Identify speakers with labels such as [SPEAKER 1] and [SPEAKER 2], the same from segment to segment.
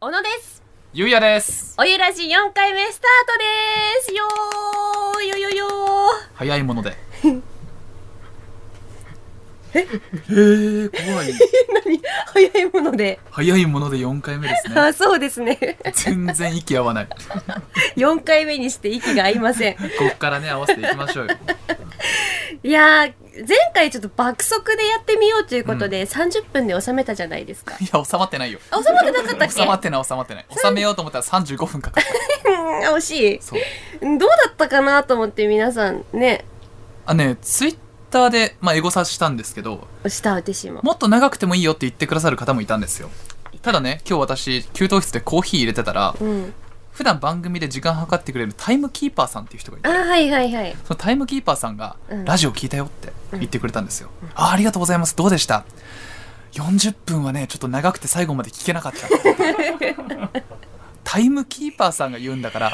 [SPEAKER 1] 小野です
[SPEAKER 2] ゆうやです
[SPEAKER 1] おゆらじ四回目スタートですよーよよよ
[SPEAKER 2] 早いものでええ怖い
[SPEAKER 1] ー早いもので、
[SPEAKER 2] 早いもので4回目ですね
[SPEAKER 1] あそうですね
[SPEAKER 2] 全然息合わない
[SPEAKER 1] 四回目にして息が合いま せん
[SPEAKER 2] こっからね合わせていきましょうよ
[SPEAKER 1] いやー前回ちょっと爆速でやってみようということで、三十分で収めたじゃないですか
[SPEAKER 2] いや収まってないよ
[SPEAKER 1] あ収まってなかったっけ
[SPEAKER 2] 収まってない収まってない収めようと思ったら35分かかった
[SPEAKER 1] うん惜し
[SPEAKER 2] そう
[SPEAKER 1] いどうだったかなと思って皆さんね
[SPEAKER 2] あねツイッターで、まあ、エゴサしたんですけど
[SPEAKER 1] した私も
[SPEAKER 2] もっと長くてもいいよって言ってくださる方もいたんですよただね今日私給湯室でコーヒー入れてたら
[SPEAKER 1] うん
[SPEAKER 2] 普段番組で時間計ってくれるタイムキーパーさんっていう人がいて
[SPEAKER 1] あはいはいはい
[SPEAKER 2] そのタイムキーパーさんが
[SPEAKER 1] う
[SPEAKER 2] 「
[SPEAKER 1] ん
[SPEAKER 2] ラジオ聞いたよ」って言ってくれたんですよ、あーありがとうございますどうでした40分はねちょっと長くて最後まで聞けなかったタイムキーパーさんが言うんだから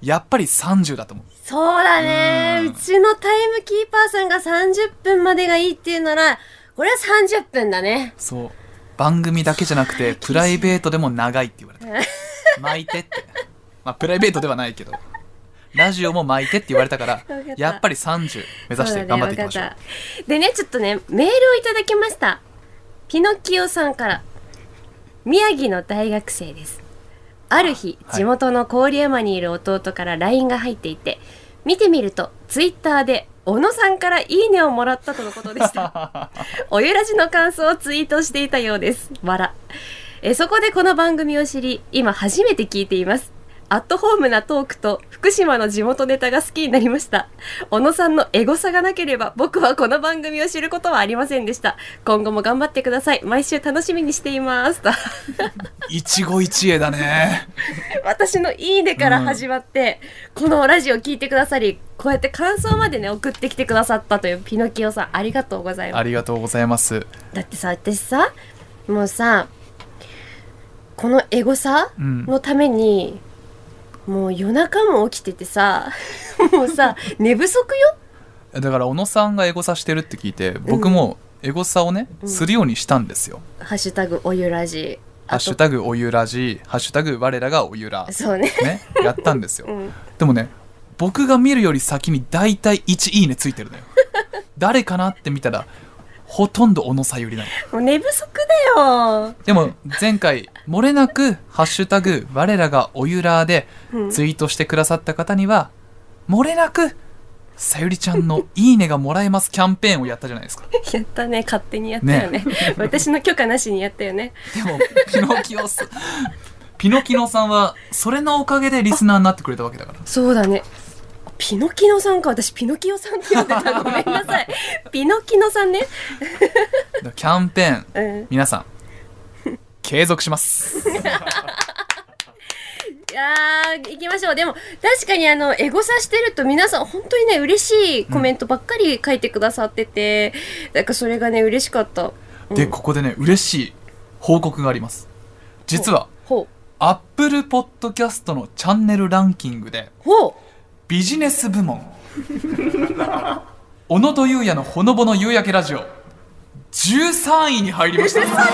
[SPEAKER 2] やっぱり30だと思う
[SPEAKER 1] そうだね
[SPEAKER 2] う
[SPEAKER 1] うんちのタイムキーパーさんが30分までがいいっていうならこれは30分だね
[SPEAKER 2] そう番組だけじゃな くてプライベートでも長いって言われた巻いてってまあプライベートではないけどラジオも巻いてって言われたから
[SPEAKER 1] かった
[SPEAKER 2] やっぱり30目指して頑張っていきましょう
[SPEAKER 1] そうだねわかったでねちょっとねメールをいただきましたピノキオさんから宮城の大学生ですある日、
[SPEAKER 2] はい
[SPEAKER 1] 地元の郡山にいる弟から LINE が入っていて見てみるとツイッターで小野さんからいいねをもらったとのことでしたおゆらじの感想をツイートしていたようです。わら。え、そこでこの番組を知り、今初めて聞いています。アットホームなトークと福島の地元ネタが好きになりました。小野さんのエゴさがなければ僕はこの番組を知ることはありませんでした。今後も頑張ってください。毎週楽しみにしています。と
[SPEAKER 2] 一期一会だね
[SPEAKER 1] 私のいいねから始まって、このラジオ聞いてくださり、こうやって感想までね送ってきてくださったというピノキオさんありがとうございます
[SPEAKER 2] あ。りがとうございます
[SPEAKER 1] だってさ私さもうさこのエゴさ
[SPEAKER 2] うん
[SPEAKER 1] のために、もう夜中も起きててさ もうさ寝不足よ
[SPEAKER 2] だから小野さんがエゴサしてるって聞いて僕もエゴサをね、するようにしたんですよ
[SPEAKER 1] 「ハッシュタグおゆらじ」
[SPEAKER 2] 「ハッシュタグおゆらじ」「ハッシュタグ我らがお ゆら」
[SPEAKER 1] そうね
[SPEAKER 2] ねやったんですよ、
[SPEAKER 1] ん
[SPEAKER 2] でもね僕が見るより先に大体1いいねついて るのよ誰かなって見たらほとんど小野さゆりなの
[SPEAKER 1] もう寝不足だよ
[SPEAKER 2] でも前回漏れなく「ハッシュタグ我らがおゆら」で
[SPEAKER 1] うん
[SPEAKER 2] ツイートしてくださった方には漏れなくさゆりちゃんの「いいね」がもらえますキャンペーンをやったじゃないですか
[SPEAKER 1] やったね勝手にやったよね 私の許可なしにやったよね
[SPEAKER 2] でもピノキオさんピノキノさんはそれのおかげでリスナーになってくれたわけだから
[SPEAKER 1] そうだねピノキノさんか私ピノキオさんって呼んでたごめんなさいピノキノさんね
[SPEAKER 2] だからキャンペーン
[SPEAKER 1] うん
[SPEAKER 2] 皆さん継続します
[SPEAKER 1] いやー行きましょうでも確かにあのエゴサしてると皆さん本当にね嬉しいコメントばっかり書いてくださってて、なんかそれがね嬉しかった
[SPEAKER 2] でここでね嬉しい報告があります実は
[SPEAKER 1] ほう
[SPEAKER 2] Apple Podcast のチャンネルランキングで
[SPEAKER 1] ほう
[SPEAKER 2] ビジネス部門小野と優也のほのぼの夕焼けラジオ13位に入りまし
[SPEAKER 1] 嘘で
[SPEAKER 2] た
[SPEAKER 1] しょ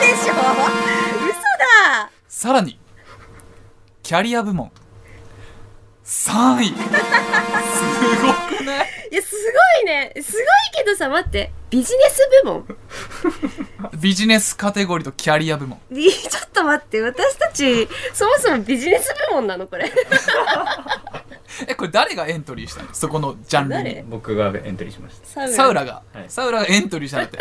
[SPEAKER 1] 嘘だ
[SPEAKER 2] さらにキャリア部門3位すごくね
[SPEAKER 1] いやすごいねすごいけどさ待ってビジネス部門
[SPEAKER 2] ビジネスカテゴリーとキャリア部門
[SPEAKER 1] い ちょっと待って私たちそもそもビジネス部門なのこれ
[SPEAKER 2] えこれ誰がエントリーしたのそこのジャンルに
[SPEAKER 1] 誰
[SPEAKER 3] 僕がエントリーしまし
[SPEAKER 1] サ
[SPEAKER 3] た
[SPEAKER 2] サウラが、
[SPEAKER 3] はい
[SPEAKER 2] サウラがエントリーしたのって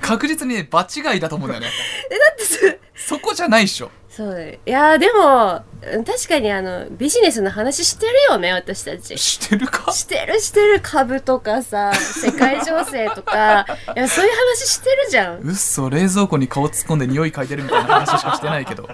[SPEAKER 2] 確実にね場違いだと思うんだよね
[SPEAKER 1] えだってさ
[SPEAKER 2] そこじゃないっしょ
[SPEAKER 1] そうだねいやーでもうん確かにあのビジネスの話してるよね私たち
[SPEAKER 2] 知ってるか
[SPEAKER 1] してるしてる株とか さ世界情勢とかいやそういう話してるじゃん
[SPEAKER 2] うっそ冷蔵庫に顔突っ込んで匂い嗅いでるみたいな話しかしてないけど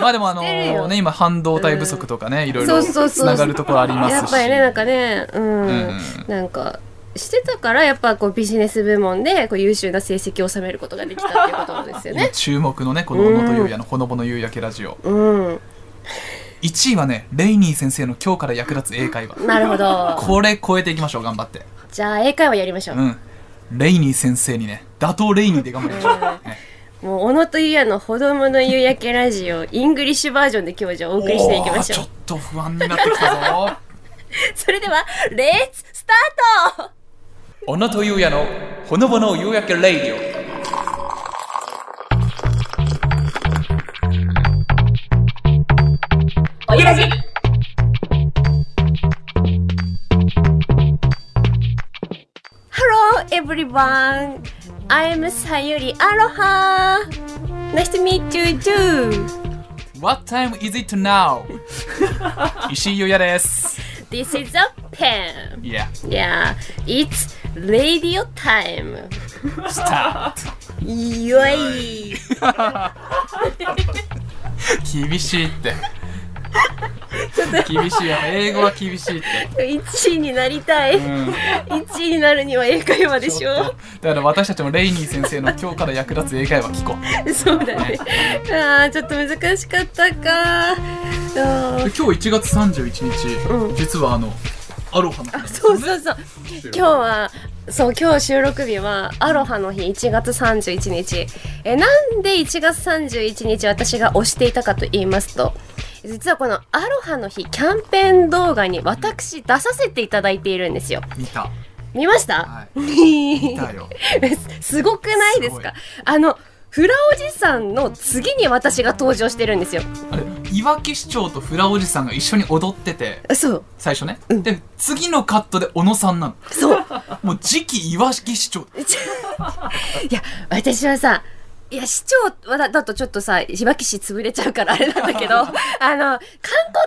[SPEAKER 2] まあでもあの
[SPEAKER 1] してるよ
[SPEAKER 2] ね今半導体不足とかねいろい
[SPEAKER 1] そ
[SPEAKER 2] ろ
[SPEAKER 1] うそうそう
[SPEAKER 2] つながるところありますし
[SPEAKER 1] やっぱりねなんかねうん、
[SPEAKER 2] うん
[SPEAKER 1] なんかしてたからやっぱこうビジネス部門でこう優秀な成績を収めることができたっていうことですよ
[SPEAKER 2] 今
[SPEAKER 1] ね
[SPEAKER 2] 注目のねこの小野と優也のほのぼの夕焼けラジオ
[SPEAKER 1] うん
[SPEAKER 2] 1位はねレイニー先生の今日から役立つ英会話
[SPEAKER 1] なるほど
[SPEAKER 2] これ超えていきましょう頑張って
[SPEAKER 1] じゃあ英会話やりましょう、
[SPEAKER 2] うんレイニー先生にね打倒レイニーで頑張りましょう、ね
[SPEAKER 1] もう小野とゆやのほどむの夕焼けラジオイングリッシュバージョンで今日じゃあお送りしていきましょ
[SPEAKER 2] お
[SPEAKER 1] う
[SPEAKER 2] ーちょっと不安になってきたぞ
[SPEAKER 1] それではレッツスタート
[SPEAKER 2] 小野とゆうやのほのぼの夕焼けレイディ
[SPEAKER 1] おゆらじハローエブリバン I'm さゆりアロハ Nice to meet you too
[SPEAKER 2] オ What time is it now? 石井ゆうやです
[SPEAKER 1] This is a pen
[SPEAKER 2] Yeah,
[SPEAKER 1] Yeah It's radio time
[SPEAKER 2] start
[SPEAKER 1] イエイ
[SPEAKER 2] 厳し いって厳しいよ英語は厳しいって
[SPEAKER 1] 1位になりたい、
[SPEAKER 2] うん
[SPEAKER 1] 1位になるには英会話でし
[SPEAKER 2] ちょっ
[SPEAKER 1] ょ
[SPEAKER 2] とだから私たちもレイニー先生の今日から役立つ英会話聞こう
[SPEAKER 1] そうだ ねあーちょっと難しかったかあー
[SPEAKER 2] 今日1月31日、
[SPEAKER 1] うん
[SPEAKER 2] 実はあのアロハの日なんです
[SPEAKER 1] そうそうそう今日はそう今日収録日はアロハの日1月31日えなんで1月31日私が推していたかと言いますと実はこのアロハの日キャンペーン動画に私出させていただいているんですよ
[SPEAKER 2] 見た
[SPEAKER 1] 見ました、
[SPEAKER 2] は見
[SPEAKER 1] 見
[SPEAKER 2] たよ
[SPEAKER 1] す すごくないですかあのフラおじさんの次に私が登場してるんですよ
[SPEAKER 2] あれいわき市長とフラおじさんが一緒に踊ってて
[SPEAKER 1] そう
[SPEAKER 2] 最初ね、
[SPEAKER 1] うん
[SPEAKER 2] で次のカットで小野さんなの
[SPEAKER 1] そう
[SPEAKER 2] もう次期いわき市長
[SPEAKER 1] ちょいや私はさいや市長はだだとちょっとさいわき市潰れちゃうからあれなんだけ どあの観光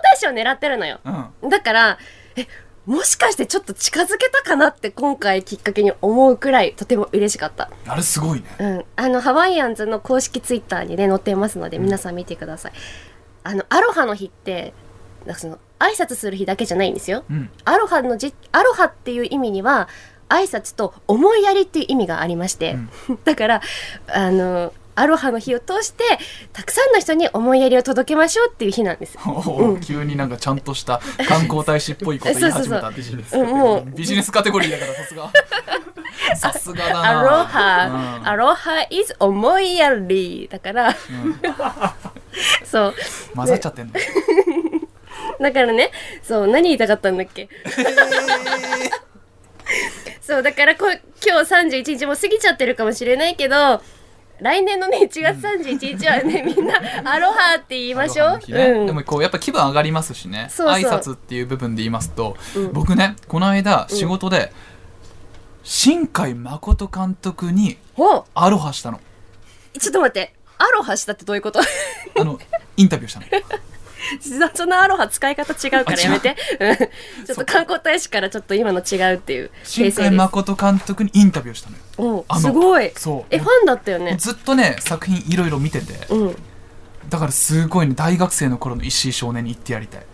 [SPEAKER 1] 大使を狙ってるのよ
[SPEAKER 2] うん
[SPEAKER 1] だからえもしかしてちょっと近づけたかなって今回きっかけに思うくらいとても嬉しかった
[SPEAKER 2] あれすごいね
[SPEAKER 1] うん、あのハワイアンズの公式ツイッターにね載ってますので皆さん見てください。あのアロハの日ってなんかその挨拶する日だけじゃないんですよ。
[SPEAKER 2] うん
[SPEAKER 1] アロハのじアロハっていう意味には挨拶と思いやりっていう意味がありまして、 だからあのアロハの日を通してたくさんの人に思いやりを届けましょうっていう日なんです。
[SPEAKER 2] おー 急になんかちゃんとした観光大使っぽいこと言い始めたビジネスカテゴリー
[SPEAKER 1] もう
[SPEAKER 2] ビジネスカテゴリーだからさすが さすがだな
[SPEAKER 1] アロハ、
[SPEAKER 2] うん
[SPEAKER 1] アロハ is 思いやりだから、 そう
[SPEAKER 2] 混ざっちゃってんの、
[SPEAKER 1] だからねそう何言いたかったんだっけそうだからこ今日31日も過ぎちゃってるかもしれないけど来年のね1月31日はね、みんな「アロハ」って言いましょ
[SPEAKER 2] アロハ
[SPEAKER 1] う
[SPEAKER 2] の。日ね
[SPEAKER 1] うん
[SPEAKER 2] でもこうやっぱ気分上がりますしね
[SPEAKER 1] そうそう
[SPEAKER 2] 挨拶っていう部分で言いますと、
[SPEAKER 1] うん
[SPEAKER 2] 僕ねこの間仕事で、新海誠監督に
[SPEAKER 1] お
[SPEAKER 2] アロハしたの
[SPEAKER 1] ちょっと待って「アロハ」したってどういうこと
[SPEAKER 2] あのインタビューしたの
[SPEAKER 1] そのアロハ使い方違うからやめて、うん、ちょっ
[SPEAKER 2] そ
[SPEAKER 1] と
[SPEAKER 2] う
[SPEAKER 1] 観光大使からちょっと今の違うっていう訂
[SPEAKER 2] 新
[SPEAKER 1] 正
[SPEAKER 2] 海
[SPEAKER 1] です
[SPEAKER 2] 誠監督にインタビューしたのよ
[SPEAKER 1] お
[SPEAKER 2] あの
[SPEAKER 1] すごい
[SPEAKER 2] そう
[SPEAKER 1] えファンだったよね
[SPEAKER 2] ずっとね作品いろいろ見てて
[SPEAKER 1] うん
[SPEAKER 2] だからすごいね大学生の頃の石井少年に言ってやりたい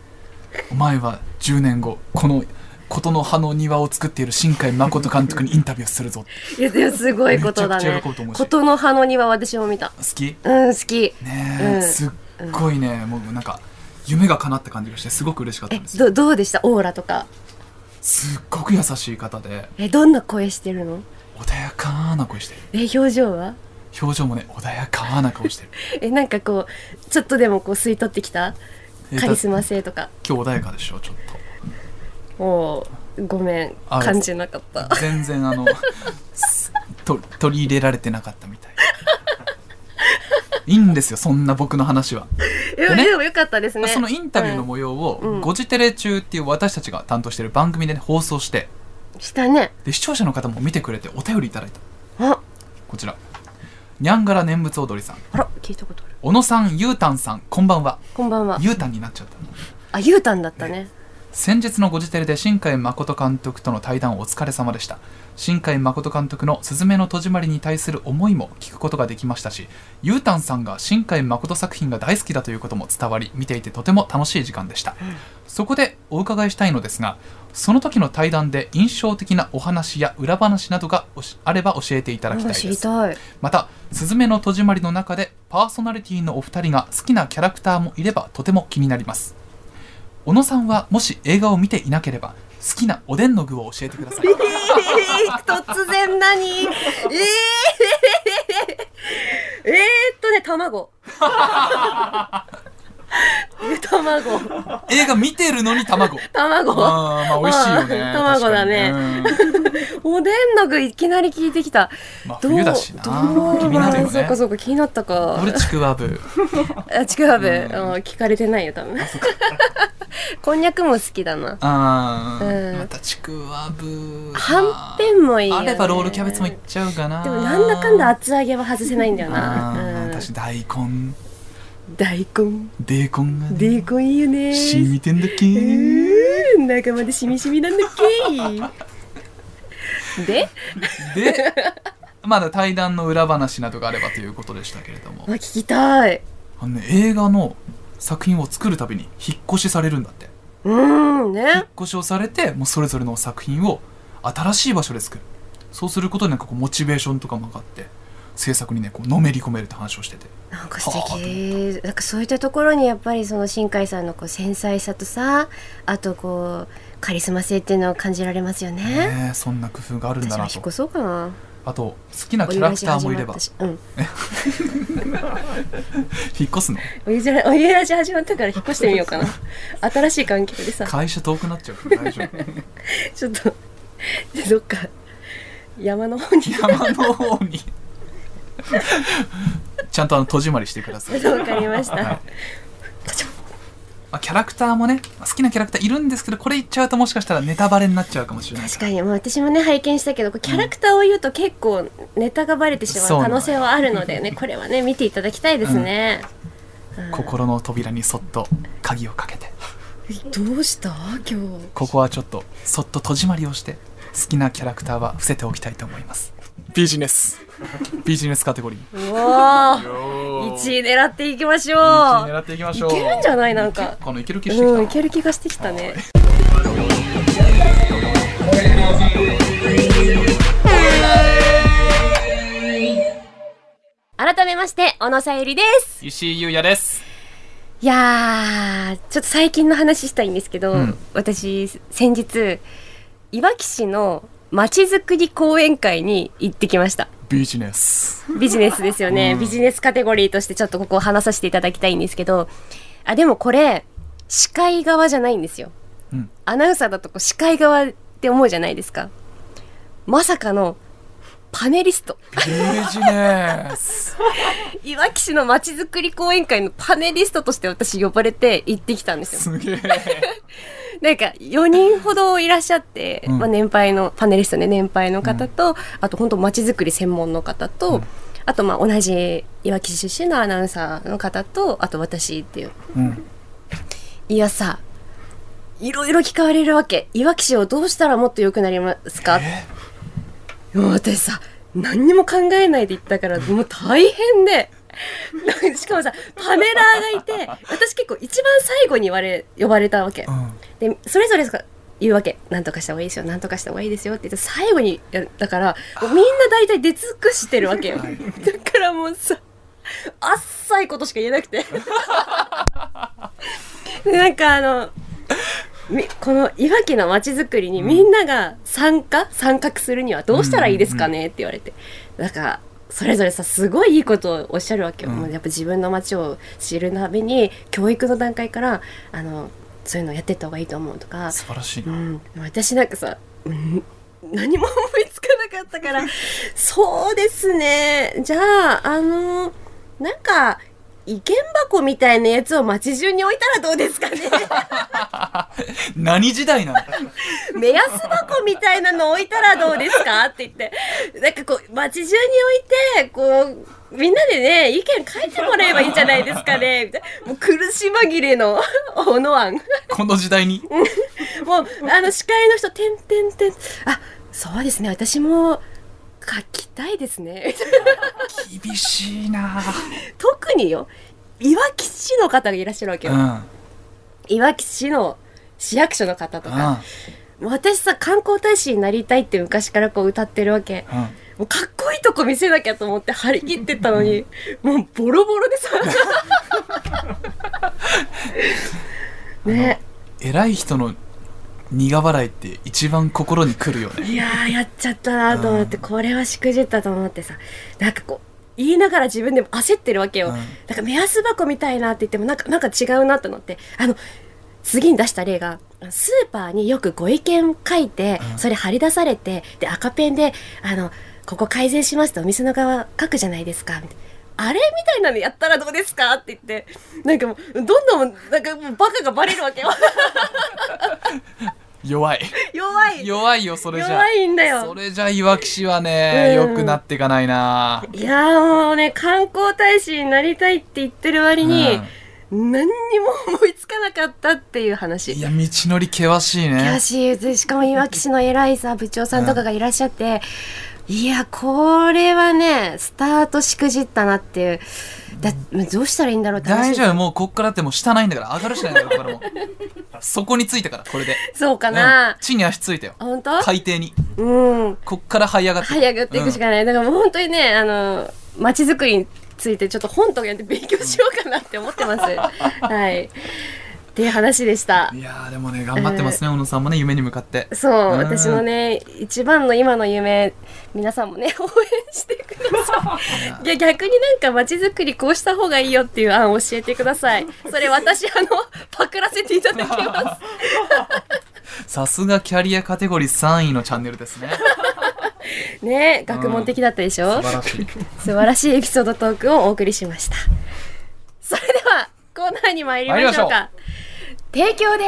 [SPEAKER 2] お前は10年後この琴の葉の庭を作っている新海誠監督にインタビューするぞって
[SPEAKER 1] いやでもすごいことだ
[SPEAKER 2] めち
[SPEAKER 1] ね
[SPEAKER 2] ゃくちゃ喜ぶと思うし
[SPEAKER 1] 琴の葉の庭私も見た
[SPEAKER 2] 好き
[SPEAKER 1] うん好き
[SPEAKER 2] ねえ、
[SPEAKER 1] うん
[SPEAKER 2] すっごいねもうなんか夢が叶った感じがしてすごく嬉しかった
[SPEAKER 1] え
[SPEAKER 2] んですよ
[SPEAKER 1] どどうでしたオーラとか
[SPEAKER 2] すっごく優しい方で
[SPEAKER 1] えどんな声してるの
[SPEAKER 2] 穏やかな声してる
[SPEAKER 1] え表情は
[SPEAKER 2] 表情もね穏やかな顔してる
[SPEAKER 1] えなんかこうちょっとでもこう吸い取ってきた
[SPEAKER 2] え
[SPEAKER 1] カリス
[SPEAKER 2] だ
[SPEAKER 1] マ性とか
[SPEAKER 2] 今日穏やかでしょちょっ
[SPEAKER 1] もうごめん
[SPEAKER 2] あ
[SPEAKER 1] 感じなかった
[SPEAKER 2] と全然あのすと取り入れられてなかったみたいいいんですよそんな僕の話は
[SPEAKER 1] え で,、
[SPEAKER 2] ね
[SPEAKER 1] もよかったですね
[SPEAKER 2] そのインタビューの模様を「
[SPEAKER 1] うん
[SPEAKER 2] ゴジテレ中」っていう私たちが担当してる番組で、ね、放送して
[SPEAKER 1] したね
[SPEAKER 2] で視聴者の方も見てくれてお便りいただいた
[SPEAKER 1] あ
[SPEAKER 2] こちらにゃんがら念仏踊りさん
[SPEAKER 1] あら聞いたことある
[SPEAKER 2] 小野さんゆうたんさんこんばんは
[SPEAKER 1] こんばんは
[SPEAKER 2] ゆうたんになっちゃった
[SPEAKER 1] あゆうたんだったね
[SPEAKER 2] 先日のご時テレで新海誠監督との対談お疲れ様でした新海誠監督の「すずめの戸締まり」に対する思いも聞くことができましたしゆうたんさんが新海誠作品が大好きだということも伝わり見ていてとても楽しい時間でした、そこでお伺いしたいのですがその時の対談で印象的なお話や裏話などがおしあれば教えていただきたい
[SPEAKER 1] あ
[SPEAKER 2] です
[SPEAKER 1] 知りたい
[SPEAKER 2] また「すずめの戸締まり」の中でパーソナリティのお二人が好きなキャラクターもいればとても気になります小野さんはもし映画を見ていなければ好きなおでんの具を教えてください
[SPEAKER 1] えー突然何ええー、っとね卵 ゆ卵
[SPEAKER 2] 映画見てるのに 卵
[SPEAKER 1] 卵
[SPEAKER 2] あーまあ美味しいよ
[SPEAKER 1] う
[SPEAKER 2] ね
[SPEAKER 1] ん卵だね
[SPEAKER 2] 確かにうん
[SPEAKER 1] おでんの具いきなり聞いてきた
[SPEAKER 2] まあ
[SPEAKER 1] どう
[SPEAKER 2] 冬だしな
[SPEAKER 1] どう
[SPEAKER 2] 気になるよ
[SPEAKER 1] そう
[SPEAKER 2] ね
[SPEAKER 1] かそうか気になったか
[SPEAKER 2] 俺ちくわぶ
[SPEAKER 1] あちくわぶ、
[SPEAKER 2] う
[SPEAKER 1] うんん、聞かれてないよ多分 こんにゃくも好きだな
[SPEAKER 2] あー
[SPEAKER 1] うん
[SPEAKER 2] またちくわぶ
[SPEAKER 1] はんぺんもいいよ、ね、
[SPEAKER 2] あればロールキャベツもいっちゃうかな
[SPEAKER 1] でもなんだかんだ厚揚げは外せないんだよな、
[SPEAKER 2] あ
[SPEAKER 1] うん
[SPEAKER 2] ー、私大根
[SPEAKER 1] 大根
[SPEAKER 2] ベーコンがね
[SPEAKER 1] 大根いいよね
[SPEAKER 2] 染みてんだっけ
[SPEAKER 1] うーん中までしみしみなんだっけ で、
[SPEAKER 2] でまだ対談の裏話などがあればということでしたけれども
[SPEAKER 1] あ、聞きたい
[SPEAKER 2] あのね映画の作品を作るたびに引っ越しされるんだって
[SPEAKER 1] うーん
[SPEAKER 2] 引っ
[SPEAKER 1] ね
[SPEAKER 2] 越しをされてもうそれぞれの作品を新しい場所で作るそうすることでなんかこうモチベーションとかも上がって制作にねこうのめり込めるって話をしてて
[SPEAKER 1] なんか
[SPEAKER 2] はあと
[SPEAKER 1] 素
[SPEAKER 2] 思
[SPEAKER 1] 敵なんかそういったところにやっぱりその新海さんのこう繊細さとさあとこうカリスマ性っていうのを感じられますよね
[SPEAKER 2] ねえそんな工夫があるんだ
[SPEAKER 1] 私も
[SPEAKER 2] な
[SPEAKER 1] 引っ
[SPEAKER 2] と
[SPEAKER 1] 越そうかな
[SPEAKER 2] あと好きなキャラクターもいれ
[SPEAKER 1] お湯
[SPEAKER 2] ば
[SPEAKER 1] ラジ始まったしうん
[SPEAKER 2] 引っ越すの
[SPEAKER 1] おゆらおゆらじ始まったから引っ越してみようかな 新しい環境でさ
[SPEAKER 2] 会社遠くなっちゃうから大丈夫
[SPEAKER 1] ちょっとどっか山の方に
[SPEAKER 2] 山の方にちゃんとあの戸締まりしてください
[SPEAKER 1] わかりました、
[SPEAKER 2] はいまあ、キャラクターもね、まあ好きなキャラクターいるんですけどこれ言っちゃうともしかしたらネタバレになっちゃうかもしれない
[SPEAKER 1] 確かに、まあ、私もね拝見したけどこうキャラクターを言うと結構ネタがバレてしま
[SPEAKER 2] そう
[SPEAKER 1] う可
[SPEAKER 2] なのよ
[SPEAKER 1] 能性はあるの でねこれはね見ていただきたいですね、うん
[SPEAKER 2] 心の扉にそっと鍵をかけて
[SPEAKER 1] どうした今日
[SPEAKER 2] ここはちょっとそっと戸締まりをして好きなキャラクターは伏せておきたいと思いますビジネスビジネスカテゴリー
[SPEAKER 1] うわー
[SPEAKER 2] 1
[SPEAKER 1] 1位狙っていきましょう
[SPEAKER 2] 狙っていきましょう
[SPEAKER 1] いけるんじゃないなんか
[SPEAKER 2] 結構のいける気してきたな、
[SPEAKER 1] うんいける気がしてきたね改めまして小野さゆりです
[SPEAKER 2] 石井優也です
[SPEAKER 1] いやーちょっと最近の話したいんですけど、
[SPEAKER 2] うん
[SPEAKER 1] 私先日いわき市のまちづくり講演会に行ってきました
[SPEAKER 2] ビジネス
[SPEAKER 1] ビジネスですよね、
[SPEAKER 2] うん
[SPEAKER 1] ビジネスカテゴリーとしてちょっとここを話させていただきたいんですけどあでもこれ司会側じゃないんですよ
[SPEAKER 2] うん
[SPEAKER 1] アナウンサーだとこう司会側って思うじゃないですかまさかのパネリスト
[SPEAKER 2] ビジネ ス
[SPEAKER 1] いわき市のまちづくり講演会のパネリストとして私呼ばれて行ってきたんですよ
[SPEAKER 2] すげえ
[SPEAKER 1] なんか4人ほどいらっしゃって、
[SPEAKER 2] うん
[SPEAKER 1] まあ、年配のパネリストね年配の方と、あと本当まちづくり専門の方と、
[SPEAKER 2] うん
[SPEAKER 1] あとまあ同じいわき市出身のアナウンサーの方とあと私っていう
[SPEAKER 2] うん
[SPEAKER 1] いやさいろいろ聞かれるわけいわき市をどうしたらもっと良くなりますか、
[SPEAKER 2] え
[SPEAKER 1] もう私さ何にも考えないで行ったからもう大変でしかもさパネラーがいて私結構一番最後に言われ呼ばれたわけ
[SPEAKER 2] う。ん
[SPEAKER 1] でそれぞれが言うわけなんとかした方がいいですよなんとかした方がいいですよって言って最後にやるだからもうみんな大体出尽くしてるわけよだからもうさあっさいことしか言えなくてでなんかあのみこのいわきのまちづくりにみんなが参加、参画するにはどうしたらいいですかねって言われてだからそれぞれさすごいいいことをおっしゃるわけよ、
[SPEAKER 2] うん
[SPEAKER 1] もうやっぱ自分の町を知るために教育の段階からあのそういうのやってった方がいいと思うとか、、
[SPEAKER 2] 素晴らしいうなん
[SPEAKER 1] 私なんかさ、 うん何も思いつかなかったからそうですねじゃああのなんか意見箱みたいなやつを街中に置いたらどうですかね
[SPEAKER 2] 何時代なの
[SPEAKER 1] 目安箱みたいなの置いたらどうですかって言ってなんかこう街中に置いてこうみんなでね意見書いてもらえばいいんじゃないですかねみたいなもう苦し紛れの おの案
[SPEAKER 2] この時代に
[SPEAKER 1] もうあの司会の人「てんてんてん」あそうですね私も書きたいですね
[SPEAKER 2] 厳しいな
[SPEAKER 1] 特によいわき市の方がいらっしゃるわけ
[SPEAKER 2] うんう
[SPEAKER 1] よ、
[SPEAKER 2] ん
[SPEAKER 1] いわき市の市役所の方とか、もう私さ観光大使になりたいって昔からこう歌ってるわけ
[SPEAKER 2] うん
[SPEAKER 1] もうかっこいいとこ見せなきゃと思って張り切ってたのにもうボロボロでさね
[SPEAKER 2] 偉い人の苦笑いって一番心にくるよね
[SPEAKER 1] いやーやっちゃったなと思ってこれはしくじったと思ってさなんかこう言いながら自分でも焦ってるわけよ、
[SPEAKER 2] うん
[SPEAKER 1] だから目安箱みたいなって言ってもなんかなんか違うなと思ってあの次に出した例がスーパーによくご意見書いて、
[SPEAKER 2] うん
[SPEAKER 1] それ貼り出されてで赤ペンであの「ここ改善します」ってお店の側書くじゃないですかみたいな。あれみたいなのやったらどうですかって言ってなんかもうどんどんなんかもうバカがバレるわけよ
[SPEAKER 2] 弱い
[SPEAKER 1] 弱い
[SPEAKER 2] 弱いよそれじゃ
[SPEAKER 1] 弱いんだよ
[SPEAKER 2] それじゃいわき市はね
[SPEAKER 1] う
[SPEAKER 2] 良
[SPEAKER 1] ん
[SPEAKER 2] くなっていかないない
[SPEAKER 1] やーもうね観光大使になりたいって言ってる割に、何にも思いつかなかったっていう話
[SPEAKER 2] いや道のり険しいね
[SPEAKER 1] よしでしかもいわき市の偉いさ部長さんとかがいらっしゃって、いやこれはねスタートしくじったなっていうだどうしたらいいんだろうって
[SPEAKER 2] 大
[SPEAKER 1] 話
[SPEAKER 2] 丈夫もうこっからだってもう下ないんだから上がるしかないんだからこれもうそこについたからこれで
[SPEAKER 1] そうか
[SPEAKER 2] うん
[SPEAKER 1] な、
[SPEAKER 2] 地に足ついたよ
[SPEAKER 1] 本当
[SPEAKER 2] 海底に
[SPEAKER 1] うん
[SPEAKER 2] こっから這い上がって
[SPEAKER 1] 早くっていくしかない、だからもう本当にねあの街づくりについてちょっと本とかやって勉強しようかなって思って ます、はいっていう話でした
[SPEAKER 2] いやーでもね頑張ってますね、小野さんもね夢に向かって
[SPEAKER 1] そう、
[SPEAKER 2] ん
[SPEAKER 1] 私のね一番の今の夢皆さんもね 応援してくださいい や逆になんか街づくりこうした方がいいよっていう案を教えてくださいそれ私あの パクらせていただきます
[SPEAKER 2] さすがキャリアカテゴリー3位のチャンネルですね
[SPEAKER 1] ね学問的だったでしょ、
[SPEAKER 2] 素晴らしい
[SPEAKER 1] 素晴らしいエピソードトークをお送りしましたそれではコーナーに参りましょうか提供で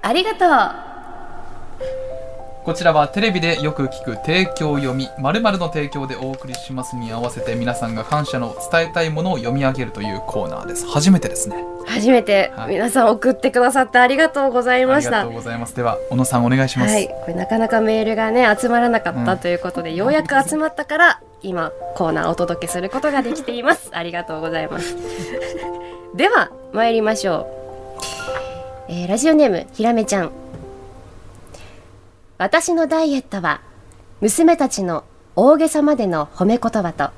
[SPEAKER 1] ありがとう
[SPEAKER 2] こちらはテレビでよく聞く提供読み〇〇の提供でお送りしますに合わせて皆さんが感謝の伝えたいものを読み上げるというコーナーです初めてですね
[SPEAKER 1] 初めて
[SPEAKER 2] はい
[SPEAKER 1] 皆さん送ってくださってありがとうござい
[SPEAKER 2] あ
[SPEAKER 1] ま
[SPEAKER 2] り
[SPEAKER 1] し
[SPEAKER 2] が
[SPEAKER 1] た
[SPEAKER 2] とうございますでは小野さんお願いします、
[SPEAKER 1] はい、これなかなかメールがね集まらなかったということで、ようやく集まったから今コーナーをお届けすることができてい ますありがとうございます では参りましょう、えーラジオネームひらめちゃん私のダイエットは娘たちの大げさまでの褒め言葉と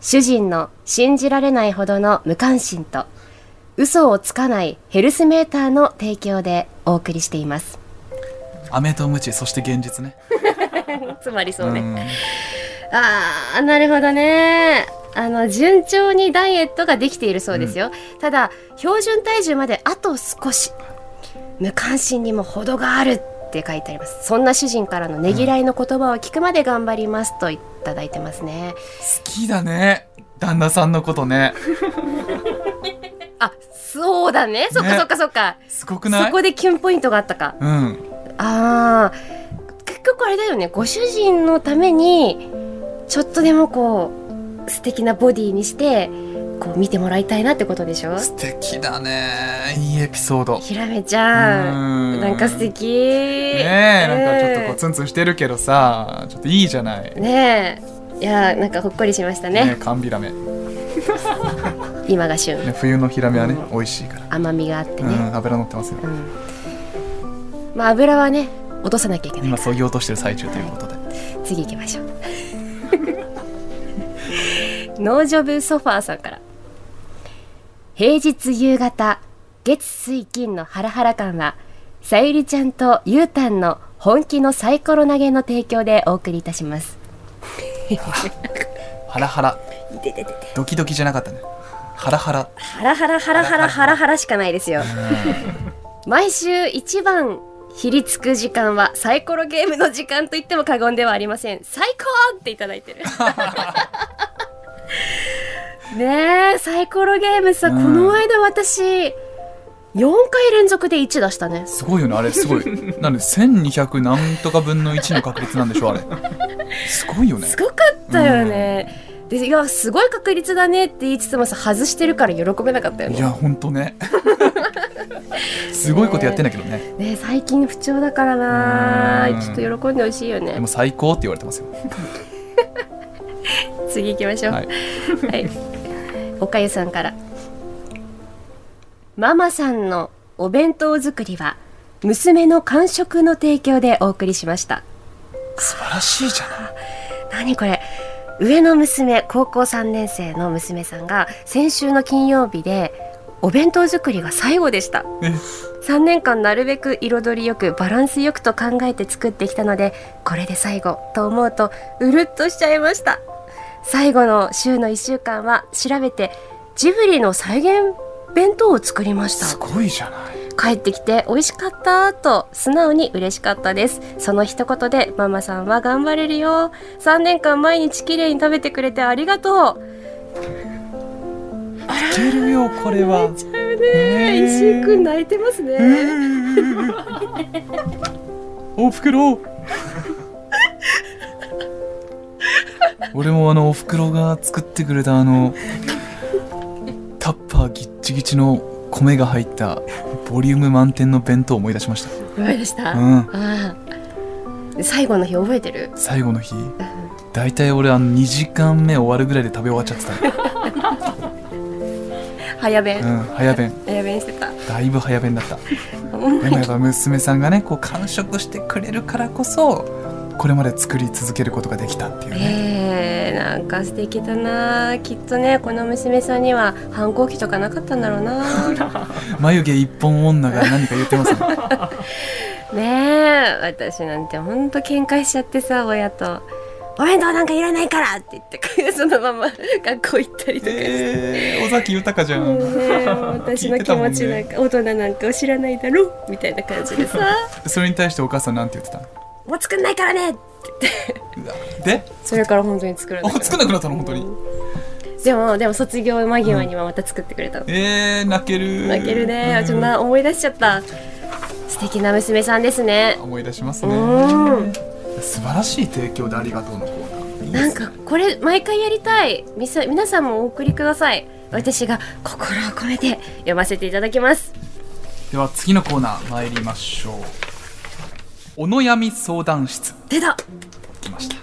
[SPEAKER 1] 主人の信じられないほどの無関心と嘘をつかないヘルスメーターの提供でお送りしています
[SPEAKER 2] 飴とムチそして現実ね
[SPEAKER 1] つまりそうね、
[SPEAKER 2] ん
[SPEAKER 1] あーなるほどねあの順調にダイエットができているそうですよ、ただ標準体重まであと少し無関心にも程があるって書いてありますそんな主人からのねぎらいの言葉を聞くまで頑張りますといただいてますね、
[SPEAKER 2] 好きだね旦那さんのことね
[SPEAKER 1] あそうだねそっか
[SPEAKER 2] ね
[SPEAKER 1] そっかそっか、
[SPEAKER 2] すごくない
[SPEAKER 1] そこでキュンポイントがあったか
[SPEAKER 2] うん
[SPEAKER 1] あー結局あれだよねご主人のためにちょっとでもこう素敵なボディにしてこう見てもらいたいなってことでしょ
[SPEAKER 2] 素敵だねいいエピソード
[SPEAKER 1] ひらめちゃん
[SPEAKER 2] う
[SPEAKER 1] なんか素敵ね
[SPEAKER 2] ねえなんかちょっとこうツンツンしてるけどさちょっといいじゃない
[SPEAKER 1] ねえいやーなんかほっこりしましたね
[SPEAKER 2] えカンビラメ、ね、
[SPEAKER 1] 今が旬
[SPEAKER 2] 冬のヒラメはね美味しいから、
[SPEAKER 1] 甘みがあって
[SPEAKER 2] う
[SPEAKER 1] ね、
[SPEAKER 2] ん脂乗ってますよ
[SPEAKER 1] うんまあ油はね落とさなきゃいけない
[SPEAKER 2] 今削ぎ落としてる最中ということで
[SPEAKER 1] 次行きましょうノージョブソファーさんから平日夕方月水金のハラハラ感はさゆりちゃんとゆうたんの本気のサイコロ投げの提供でお送りいたします
[SPEAKER 2] ハラハラドキドキじゃなかったねハラハラ
[SPEAKER 1] ハラハラハラハラハラハラしかないですよ 毎週一番ひりつく時間はサイコロゲームの時間と言っても過言ではありません最高っていただいてる ねえサイコロゲームさ、
[SPEAKER 2] う
[SPEAKER 1] こ
[SPEAKER 2] ん
[SPEAKER 1] の間私4回連続で1出したね
[SPEAKER 2] すごいよねあれすごいなので1200何とか分の1の確率なんでしょあれすごいよね
[SPEAKER 1] すごかったよね、でいやすごい確率だねって言いつつもさ外してるから喜べなかったよ
[SPEAKER 2] い
[SPEAKER 1] ね
[SPEAKER 2] やほんとねすごいことやってんだけどね
[SPEAKER 1] ねえ最近不調だからな
[SPEAKER 2] うん
[SPEAKER 1] ちょっと喜んでほしいよ
[SPEAKER 2] で
[SPEAKER 1] ね
[SPEAKER 2] も最高って言われてますよ
[SPEAKER 1] 次行きましょう、
[SPEAKER 2] はい
[SPEAKER 1] はい。おかゆさんから。ママさんのお弁当作りは、娘の完食の提供でお送りしました。
[SPEAKER 2] 素晴らしいじゃない
[SPEAKER 1] 何これ上の娘、高校3年生の娘さんが、先週の金曜日で、お弁当作りが最後でした。
[SPEAKER 2] え
[SPEAKER 1] 3年間なるべく彩りよくバランスよくと考えて作ってきたのでこれで最後と思うとうるっとしちゃいました最後の週の1週間は調べてジブリの再現弁当を作りました
[SPEAKER 2] すごいじゃない
[SPEAKER 1] 帰ってきて美味しかったと素直に嬉しかったですその一言でママさんは頑張れるよ3年間毎日きれいに食べてくれてありがとう
[SPEAKER 2] いけるよこれは
[SPEAKER 1] ちゃう
[SPEAKER 2] ねえ
[SPEAKER 1] 石井くん泣いてますね
[SPEAKER 2] おふくろ俺もあのおふくろが作ってくれたあのタッパーギッチギチの米が入ったボリューム満点の弁当を思い出しまし
[SPEAKER 1] 思い出した、
[SPEAKER 2] た、う
[SPEAKER 1] あ
[SPEAKER 2] ん、
[SPEAKER 1] あ最後の日覚えてる
[SPEAKER 2] 最後の日大体俺あの2時間目終わるぐらいで食べ終わっちゃって
[SPEAKER 1] 早弁、
[SPEAKER 2] た、うん、早弁
[SPEAKER 1] 早弁してた
[SPEAKER 2] だいぶ早弁だったでもやっぱ娘さんがねこう完食してくれるからこそこれまで作り続けることができたっていうね、
[SPEAKER 1] えー、なんか素敵だなきっとねこの娘さんには反抗期とかなかったんだろうな
[SPEAKER 2] 眉毛一本女が何か言ってます ね
[SPEAKER 1] ねえ私なんてほんと喧嘩しちゃってさ親と「お弁当なんかいらないから!」って言ってそのまま 学校行ったりとかして。
[SPEAKER 2] えー、尾崎豊じゃ
[SPEAKER 1] もうんねもう私の気持ちなんか大人なんかを知らないだろみたいな感じでさ
[SPEAKER 2] それに対してお母さんなんて言ってたの
[SPEAKER 1] 「 もう作んないからね!」って言って
[SPEAKER 2] うわで
[SPEAKER 1] それから本当に作らな
[SPEAKER 2] あ
[SPEAKER 1] い
[SPEAKER 2] 作んなくなったの本当に
[SPEAKER 1] でもでも卒業間際にはまた作ってくれたの
[SPEAKER 2] えー、泣ける
[SPEAKER 1] 泣けるね、
[SPEAKER 2] うん
[SPEAKER 1] ちょっとな思い出しちゃった素敵な娘さんですね
[SPEAKER 2] 思い出します
[SPEAKER 1] う
[SPEAKER 2] ね
[SPEAKER 1] ん
[SPEAKER 2] 素晴らしい提供でありがとうのコーナーいいで
[SPEAKER 1] なん
[SPEAKER 2] すね
[SPEAKER 1] かこれ毎回やりたいみさ皆さんもお送りください私が心を込めて読ませていただきます
[SPEAKER 2] では次のコーナー参りましょうお悩み相談室
[SPEAKER 1] 出た
[SPEAKER 2] 来ました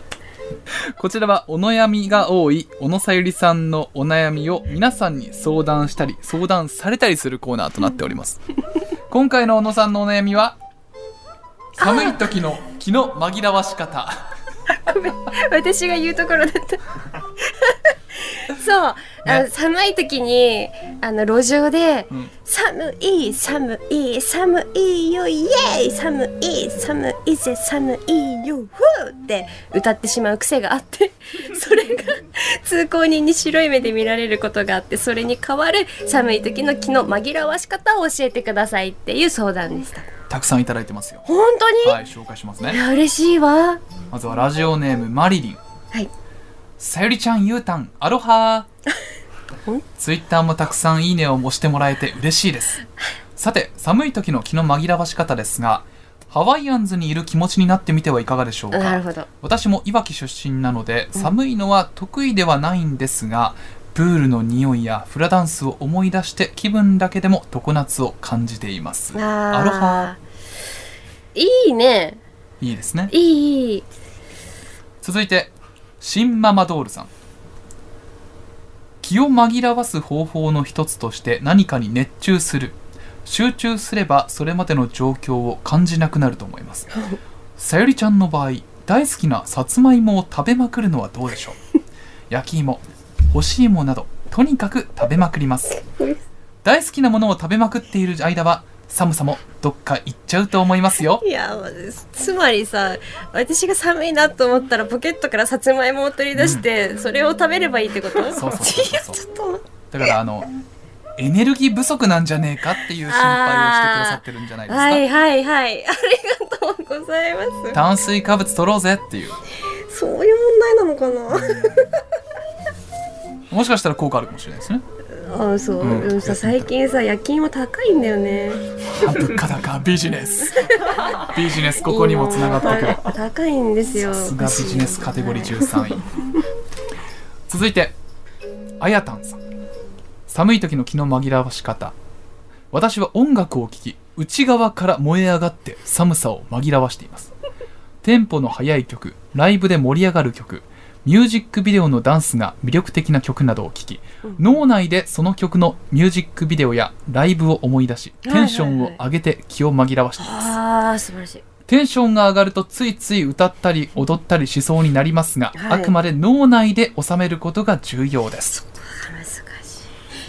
[SPEAKER 2] こちらはお悩みが多い小野さゆりさんのお悩みを皆さんに相談したり相談されたりするコーナーとなっております今回の小野さんのお悩みは寒い時の気の紛らわし方
[SPEAKER 1] 私が言うところだった そう、あの
[SPEAKER 2] ね
[SPEAKER 1] 寒い時にあの路上で
[SPEAKER 2] うん
[SPEAKER 1] 「寒い寒い寒いよイエーイ寒い寒いぜ寒いよふー」って歌ってしまう癖があって それが通行人に白い目で見られることがあってそれに代わる寒い時の気の紛らわし方を教えてくださいっていう相談でした
[SPEAKER 2] たくさんいただいてますよ
[SPEAKER 1] 本当に、
[SPEAKER 2] はい紹介します
[SPEAKER 1] い
[SPEAKER 2] ね
[SPEAKER 1] や嬉しいわ
[SPEAKER 2] まずはラジオネームマリリン
[SPEAKER 1] はい
[SPEAKER 2] さゆりちゃんゆうたんアロハ
[SPEAKER 1] ほん
[SPEAKER 2] ーツイッターもたくさんいいねを押してもらえて嬉しいですさて寒い時の気の紛らわし方ですがハワイアンズにいる気持ちになってみてはいかがでしょう
[SPEAKER 1] なる
[SPEAKER 2] か
[SPEAKER 1] ほど
[SPEAKER 2] 私もいわき出身なので寒いのは得意ではないんですがプールの匂いやフラダンスを思い出して気分だけでも常夏を感じています
[SPEAKER 1] あー
[SPEAKER 2] アロハ
[SPEAKER 1] いいね
[SPEAKER 2] いいですね
[SPEAKER 1] いいいい
[SPEAKER 2] 続いて新ママドールさん気を紛らわす方法の一つとして何かに熱中する集中すればそれまでの状況を感じなくなると思いますさゆりちゃんの場合大好きなさつまいもを食べまくるのはどうでしょう焼き芋干し芋などとにかく食べまくります大好きなものを食べまくっている間は寒さもどっか行っちゃうと思いますよ
[SPEAKER 1] いやもうつまりさ私が寒いなと思ったらポケットからさつまいもを取り出して、それを食べればいいってこと
[SPEAKER 2] そうそうそうそう
[SPEAKER 1] ちょっと待って
[SPEAKER 2] だからあのエネルギー不足なんじゃねえかっていう心配をしてくださってるんじゃないですか、
[SPEAKER 1] はいはいはいありがとうございま
[SPEAKER 2] 炭水化物取ろうぜっていう
[SPEAKER 1] すそういう問題なのか
[SPEAKER 2] もしかしたら効果あるかもしれないで すね
[SPEAKER 1] なあそう、
[SPEAKER 2] うん
[SPEAKER 1] でもさ最近さ夜勤も高いんだよね
[SPEAKER 2] あ物価高ビジネスビジネスここにもつながってくる
[SPEAKER 1] る高いんですよ
[SPEAKER 2] さすがビジネスカテゴリー
[SPEAKER 1] はい
[SPEAKER 2] 13位 続いてあやたんさん寒い時の気の紛らわし方私は音楽を聴き内側から燃え上がって寒さを紛らわしていますテンポの速い曲ライブで盛り上がる曲ミュージックビデオのダンスが魅力的な曲などを聴き、脳内でその曲のミュージックビデオやライブを思い出しテンションを上げて気を紛らわしています、
[SPEAKER 1] あー素晴らしい
[SPEAKER 2] テンションが上がるとついつい歌ったり踊ったりしそうになりますが、
[SPEAKER 1] はい
[SPEAKER 2] あくまで脳内で収めることが重要です
[SPEAKER 1] 難し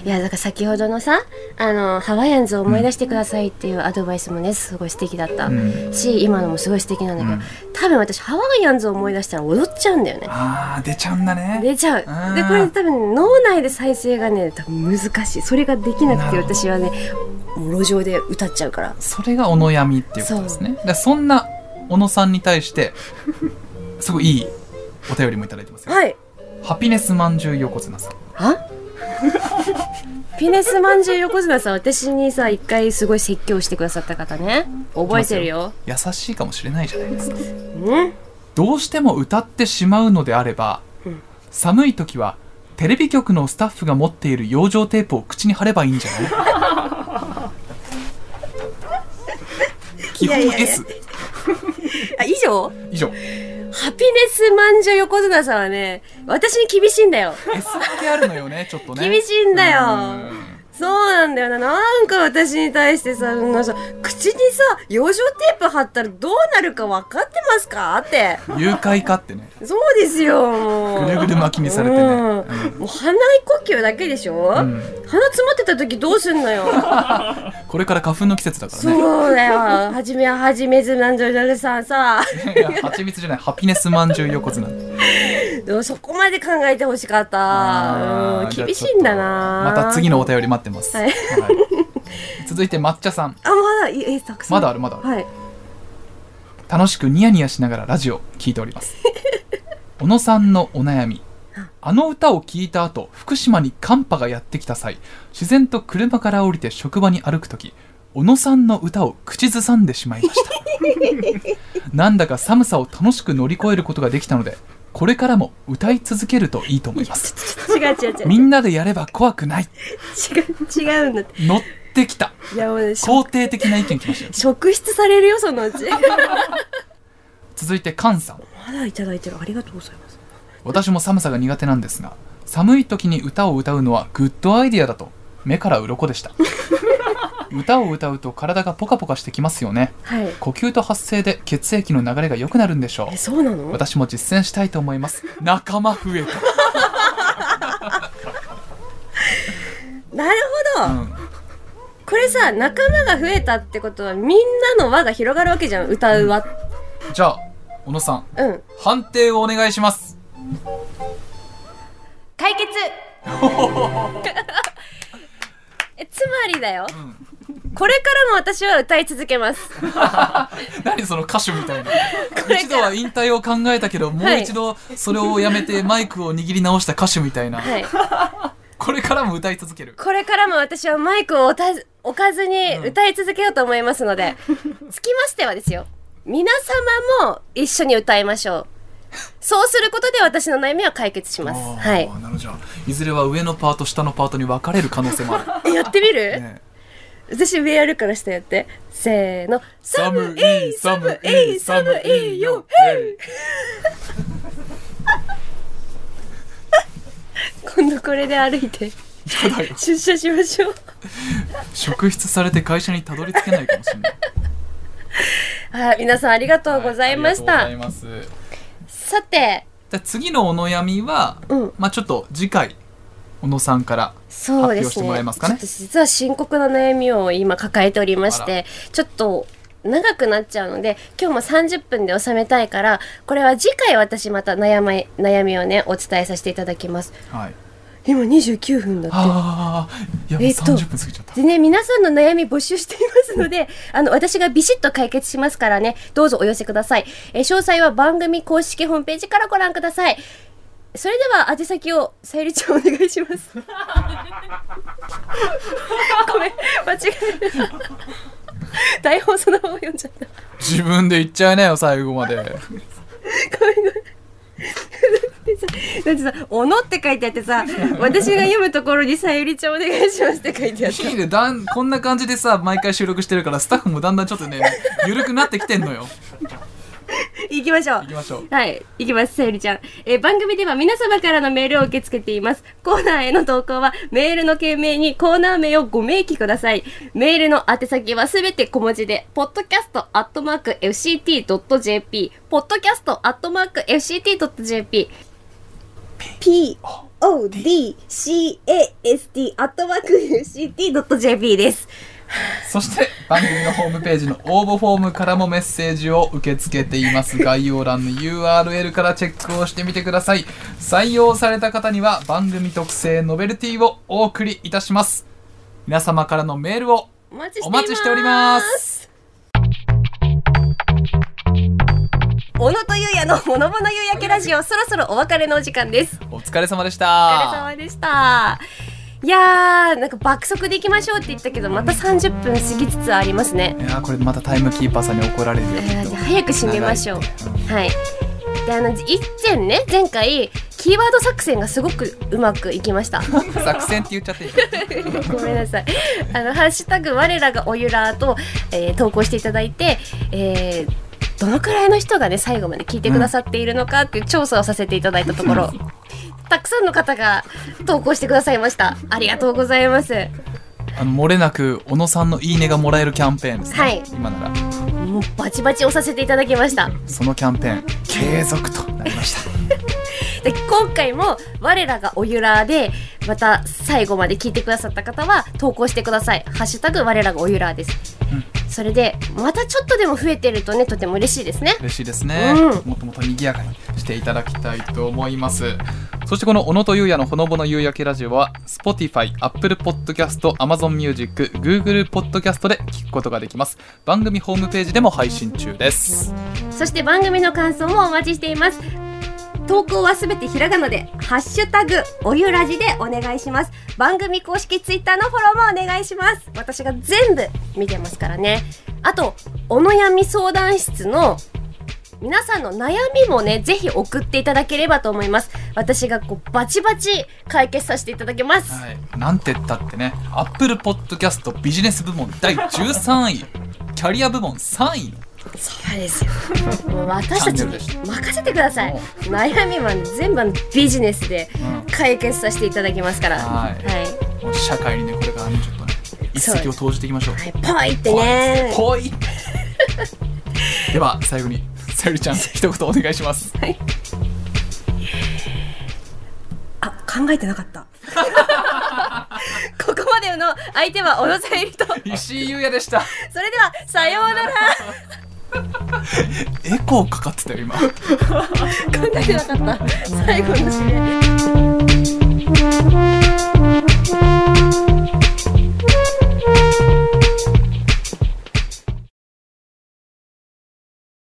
[SPEAKER 1] いやだから先ほどのさあのハワイアンズを思い出してくださいっていうアドバイスもねすごい素敵だった、
[SPEAKER 2] うん
[SPEAKER 1] し今のもすごい素敵なんだけど、
[SPEAKER 2] うん
[SPEAKER 1] 多分私ハワイアンズを思い出したら踊っちゃうんだよね
[SPEAKER 2] あー出ちゃうんだね
[SPEAKER 1] 出ちゃ
[SPEAKER 2] あ
[SPEAKER 1] う
[SPEAKER 2] ー
[SPEAKER 1] でこれ多分脳内で再生がね多分難しいそれができなくて
[SPEAKER 2] なるほど
[SPEAKER 1] 私はねもう路上で歌っちゃうから
[SPEAKER 2] それがお悩みっていうことですねだからそんな小野さんに対してすごいいいお便りもいただいてますよ、
[SPEAKER 1] はい
[SPEAKER 2] ハピネスまんじゅう横綱さん
[SPEAKER 1] あピネスまんじゅう横綱さん私にさ一回すごい説教してくださった方ね覚えてるよ
[SPEAKER 2] 優しいかもしれないじゃないですか
[SPEAKER 1] うん
[SPEAKER 2] どうしても歌ってしまうのであれば、
[SPEAKER 1] うん
[SPEAKER 2] 寒い時はテレビ局のスタッフが持っている養生テープを口に貼ればいいんじゃ ない基本 S
[SPEAKER 1] あ以上
[SPEAKER 2] 以上
[SPEAKER 1] ハピネスまんじゅう横綱さんはね私に厳しいんだよ
[SPEAKER 2] S ってあるのよねちょっとね
[SPEAKER 1] 厳しいんだよ
[SPEAKER 2] うん
[SPEAKER 1] そうなんだよななんか私に対してさそんなさ口にさ養生テープ貼ったらどうなるか分かってますかって
[SPEAKER 2] 誘拐かってね
[SPEAKER 1] そうですよもう
[SPEAKER 2] ぐるぐる巻きにされてね、
[SPEAKER 1] うん
[SPEAKER 2] うん
[SPEAKER 1] もう鼻呼吸だけでしょ、
[SPEAKER 2] うん
[SPEAKER 1] 鼻詰まってた時どうすんのよ
[SPEAKER 2] これから花粉の季節 だからね
[SPEAKER 1] そうだよはじめははじめずなんじゃるさんさ
[SPEAKER 2] いや蜂蜜じゃないハピネスまんじゅう横綱
[SPEAKER 1] でもそこまで考えてほしかった、うん、
[SPEAKER 2] ーじゃあ
[SPEAKER 1] 厳しいんだな
[SPEAKER 2] また次のお便り待ってます、
[SPEAKER 1] はい
[SPEAKER 2] はい続いて抹茶さん
[SPEAKER 1] あまだいえたくさん
[SPEAKER 2] まだあるまだある
[SPEAKER 1] はい
[SPEAKER 2] 楽しくニヤニヤしながらラジオ聞いております 小野さんのお悩みあの歌を聞いた後福島に寒波がやってきた際自然と車から降りて職場に歩く時小野さんの歌を口ずさんでしまいました なんだか寒さを楽しく乗り越えることができたのでこれからも歌い続けるといいと思い ます
[SPEAKER 1] 違う違う違う
[SPEAKER 2] みんなでやれば怖くない
[SPEAKER 1] 違う違うんだって
[SPEAKER 2] 乗ってきた
[SPEAKER 1] いやもうねしょ
[SPEAKER 2] 肯定的な意見きましたよ
[SPEAKER 1] 職質されるよそのうちま
[SPEAKER 2] 続いてカンさん
[SPEAKER 1] だいただいてるありがとうございます
[SPEAKER 2] 私も寒さが苦手なんですが寒い時に歌を歌うのはグッドアイディアだと目から鱗でした歌を歌うと体がポカポカしてきますよね
[SPEAKER 1] はい
[SPEAKER 2] 呼吸と発声で血液の流れが良くなるんでしょ
[SPEAKER 1] え
[SPEAKER 2] う
[SPEAKER 1] そうなの
[SPEAKER 2] 私も実践したいと思います仲間増えた、
[SPEAKER 1] なるほど、
[SPEAKER 2] うん
[SPEAKER 1] これさ仲間が増えたってことはみんなの輪が広がるわけじゃん歌う輪
[SPEAKER 2] じゃあ小野さん
[SPEAKER 1] うん
[SPEAKER 2] 判定をお願いします
[SPEAKER 1] 解決 えつまりだよ、これからも私は歌い続けます
[SPEAKER 2] 何その歌手みたいな
[SPEAKER 1] れから
[SPEAKER 2] 一度は引退を考えたけどもう一度それをやめてマイクを握り直した歌手みたいな、
[SPEAKER 1] はい
[SPEAKER 2] これからも歌い続ける
[SPEAKER 1] これからも私はマイクをおたず置かずに歌い続けようと思いますので、つきましてはですよ皆様も一緒に歌いましょうそうすることで私の悩みは解決します
[SPEAKER 2] あー
[SPEAKER 1] はい
[SPEAKER 2] なるほどじゃあいずれは上のパート下のパートに分かれる可能性もあ
[SPEAKER 1] えやってみる、
[SPEAKER 2] る、ね、
[SPEAKER 1] 私上やるから下やってせーの寒い寒い寒いよ
[SPEAKER 2] へい
[SPEAKER 1] 今度これで歩いて
[SPEAKER 2] そうだよ
[SPEAKER 1] 出社しましょう
[SPEAKER 2] 職質されて会社にたどり着けないかもしれない
[SPEAKER 1] はい、皆さんありがとうございました。
[SPEAKER 2] はいありがとうございます
[SPEAKER 1] さて、
[SPEAKER 2] じゃあ次のお悩みは、
[SPEAKER 1] うん
[SPEAKER 2] まあちょっと次回小野さんから
[SPEAKER 1] そうですね。
[SPEAKER 2] 発表してもらえますかね
[SPEAKER 1] ちょっと実は深刻な悩みを今抱えておりまし
[SPEAKER 2] あ
[SPEAKER 1] て、ちょっと長くなっちゃうので、今日も30分で収めたいから、これは次回私また悩み悩みをねお伝えさせていただきます。
[SPEAKER 2] はい
[SPEAKER 1] 今29分だって。
[SPEAKER 2] ああやべ
[SPEAKER 1] えっと
[SPEAKER 2] 30分過ぎちゃった
[SPEAKER 1] でね、皆さんの悩み募集していますので、あの、私がビシッと解決しますからね、どうぞお寄せください。えー詳細は番組公式ホームページからご覧ください。それでは、宛先を、さゆりちゃんお願いします。ごめん、間違えた。台本そのまま読んじゃった。
[SPEAKER 2] 自分で言っちゃいなよ最後ま で
[SPEAKER 1] ごめんごめん。だってさ、だってさ、おのって書いてあってさ、私が読むところにさゆりちゃんお願いしますって書いてあった。
[SPEAKER 2] いいねだんこんな感じでさ毎回収録してるからスタッフもだんだんちょっとね緩くなってきてんのよ
[SPEAKER 1] 行きましょう
[SPEAKER 2] 行き。ましょう
[SPEAKER 1] はい、いきます、さゆりちゃん。えー番組では皆様からのメールを受け付けています。コーナーへの投稿は、メールの件名にコーナー名をご明記ください。メールの宛先はすべて小文字で、podcast.fct.jp、podcast.fct.jp。 podcast アットマーク UCT.jp です。
[SPEAKER 2] そして番組のホームページの応募フォームからもメッセージを受け付けています概要欄の URL からチェックをしてみてください採用された方には番組特製ノベルティをお送りいたします皆様からのメールを
[SPEAKER 1] お待ちしています。
[SPEAKER 2] お待ちしております
[SPEAKER 1] 小野とゆうやのものもの夕焼けラジオ、そろそろお別れのお時間です。
[SPEAKER 2] お疲れ様でし
[SPEAKER 1] お疲れ
[SPEAKER 2] た
[SPEAKER 1] 様でした。いやー、なんか爆速で行きましょうって言ったけど、また30分過ぎつつありますね。
[SPEAKER 2] いやーこれまたタイムキーパーさんに怒られるよ
[SPEAKER 1] えーじゃあ早く締めましょう。はい。で、あの、一点ね、前回、キーワード作戦がすごくうまくいきました。
[SPEAKER 2] 作戦って言っちゃっていい
[SPEAKER 1] ごめんなさい。あの、ハッシュタグ、我らがおゆらと、えー投稿していただいて、えーどのくらいの人がね、最後まで聞いてくださっているのかっていう調査をさせていただいたところ、たくさんの方が投稿してくださいました。ありがとうございます。
[SPEAKER 2] あの漏れなく小野さんのいいねがもらえるキャンペーンですね、
[SPEAKER 1] はい
[SPEAKER 2] 今なら
[SPEAKER 1] もうバチバチ押させていただきました。
[SPEAKER 2] そのキャンペーン継続となりました
[SPEAKER 1] で今回も我らがおゆらでまた最後まで聞いてくださった方は投稿してください「ハッシュタグ我らがおゆら」です、
[SPEAKER 2] うん
[SPEAKER 1] それでまたちょっとでも増えてるとねとても嬉しいですね
[SPEAKER 2] 嬉しいですね、
[SPEAKER 1] う
[SPEAKER 2] もっともっと賑やかにしていただきたいと思いますそしてこの小野とゆうやのほのぼの夕焼けラジオは Spotify、Apple Podcast、Amazon Music、Google Podcast で聞くことができます番組ホームページでも配信中です
[SPEAKER 1] そして番組の感想もお待ちしています投稿はすべてひらがなで「ハッシュタグおゆらじ」でお願いします番組公式ツイッターのフォローもお願いします私が全部見てますからねあとお悩み相談室の皆さんの悩みもねぜひ送っていただければと思います私がこうバチバチ解決させていただきます、
[SPEAKER 2] はい、なんて言ったってね Apple Podcast ビジネス部門第13位 キャリア部門3位の
[SPEAKER 1] そうですよもう私たち
[SPEAKER 2] チャンネル
[SPEAKER 1] に
[SPEAKER 2] でし
[SPEAKER 1] 任せてください
[SPEAKER 2] も
[SPEAKER 1] 悩みは全部あのビジネスで解決させていただきますから
[SPEAKER 2] はい
[SPEAKER 1] はい
[SPEAKER 2] もう社会にねこれからねちょっとね一石を投じていきましょう
[SPEAKER 1] はい、ポイってね。
[SPEAKER 2] ぽい では最後にさゆりちゃん一言お願いします
[SPEAKER 1] あ、考えてなかった。ここまでの相手は小野さゆりと。そ
[SPEAKER 2] 石井優也でした
[SPEAKER 1] れでは、さようなら。
[SPEAKER 2] エコーかかってたよ今
[SPEAKER 1] 考えてなかった。最後の締め。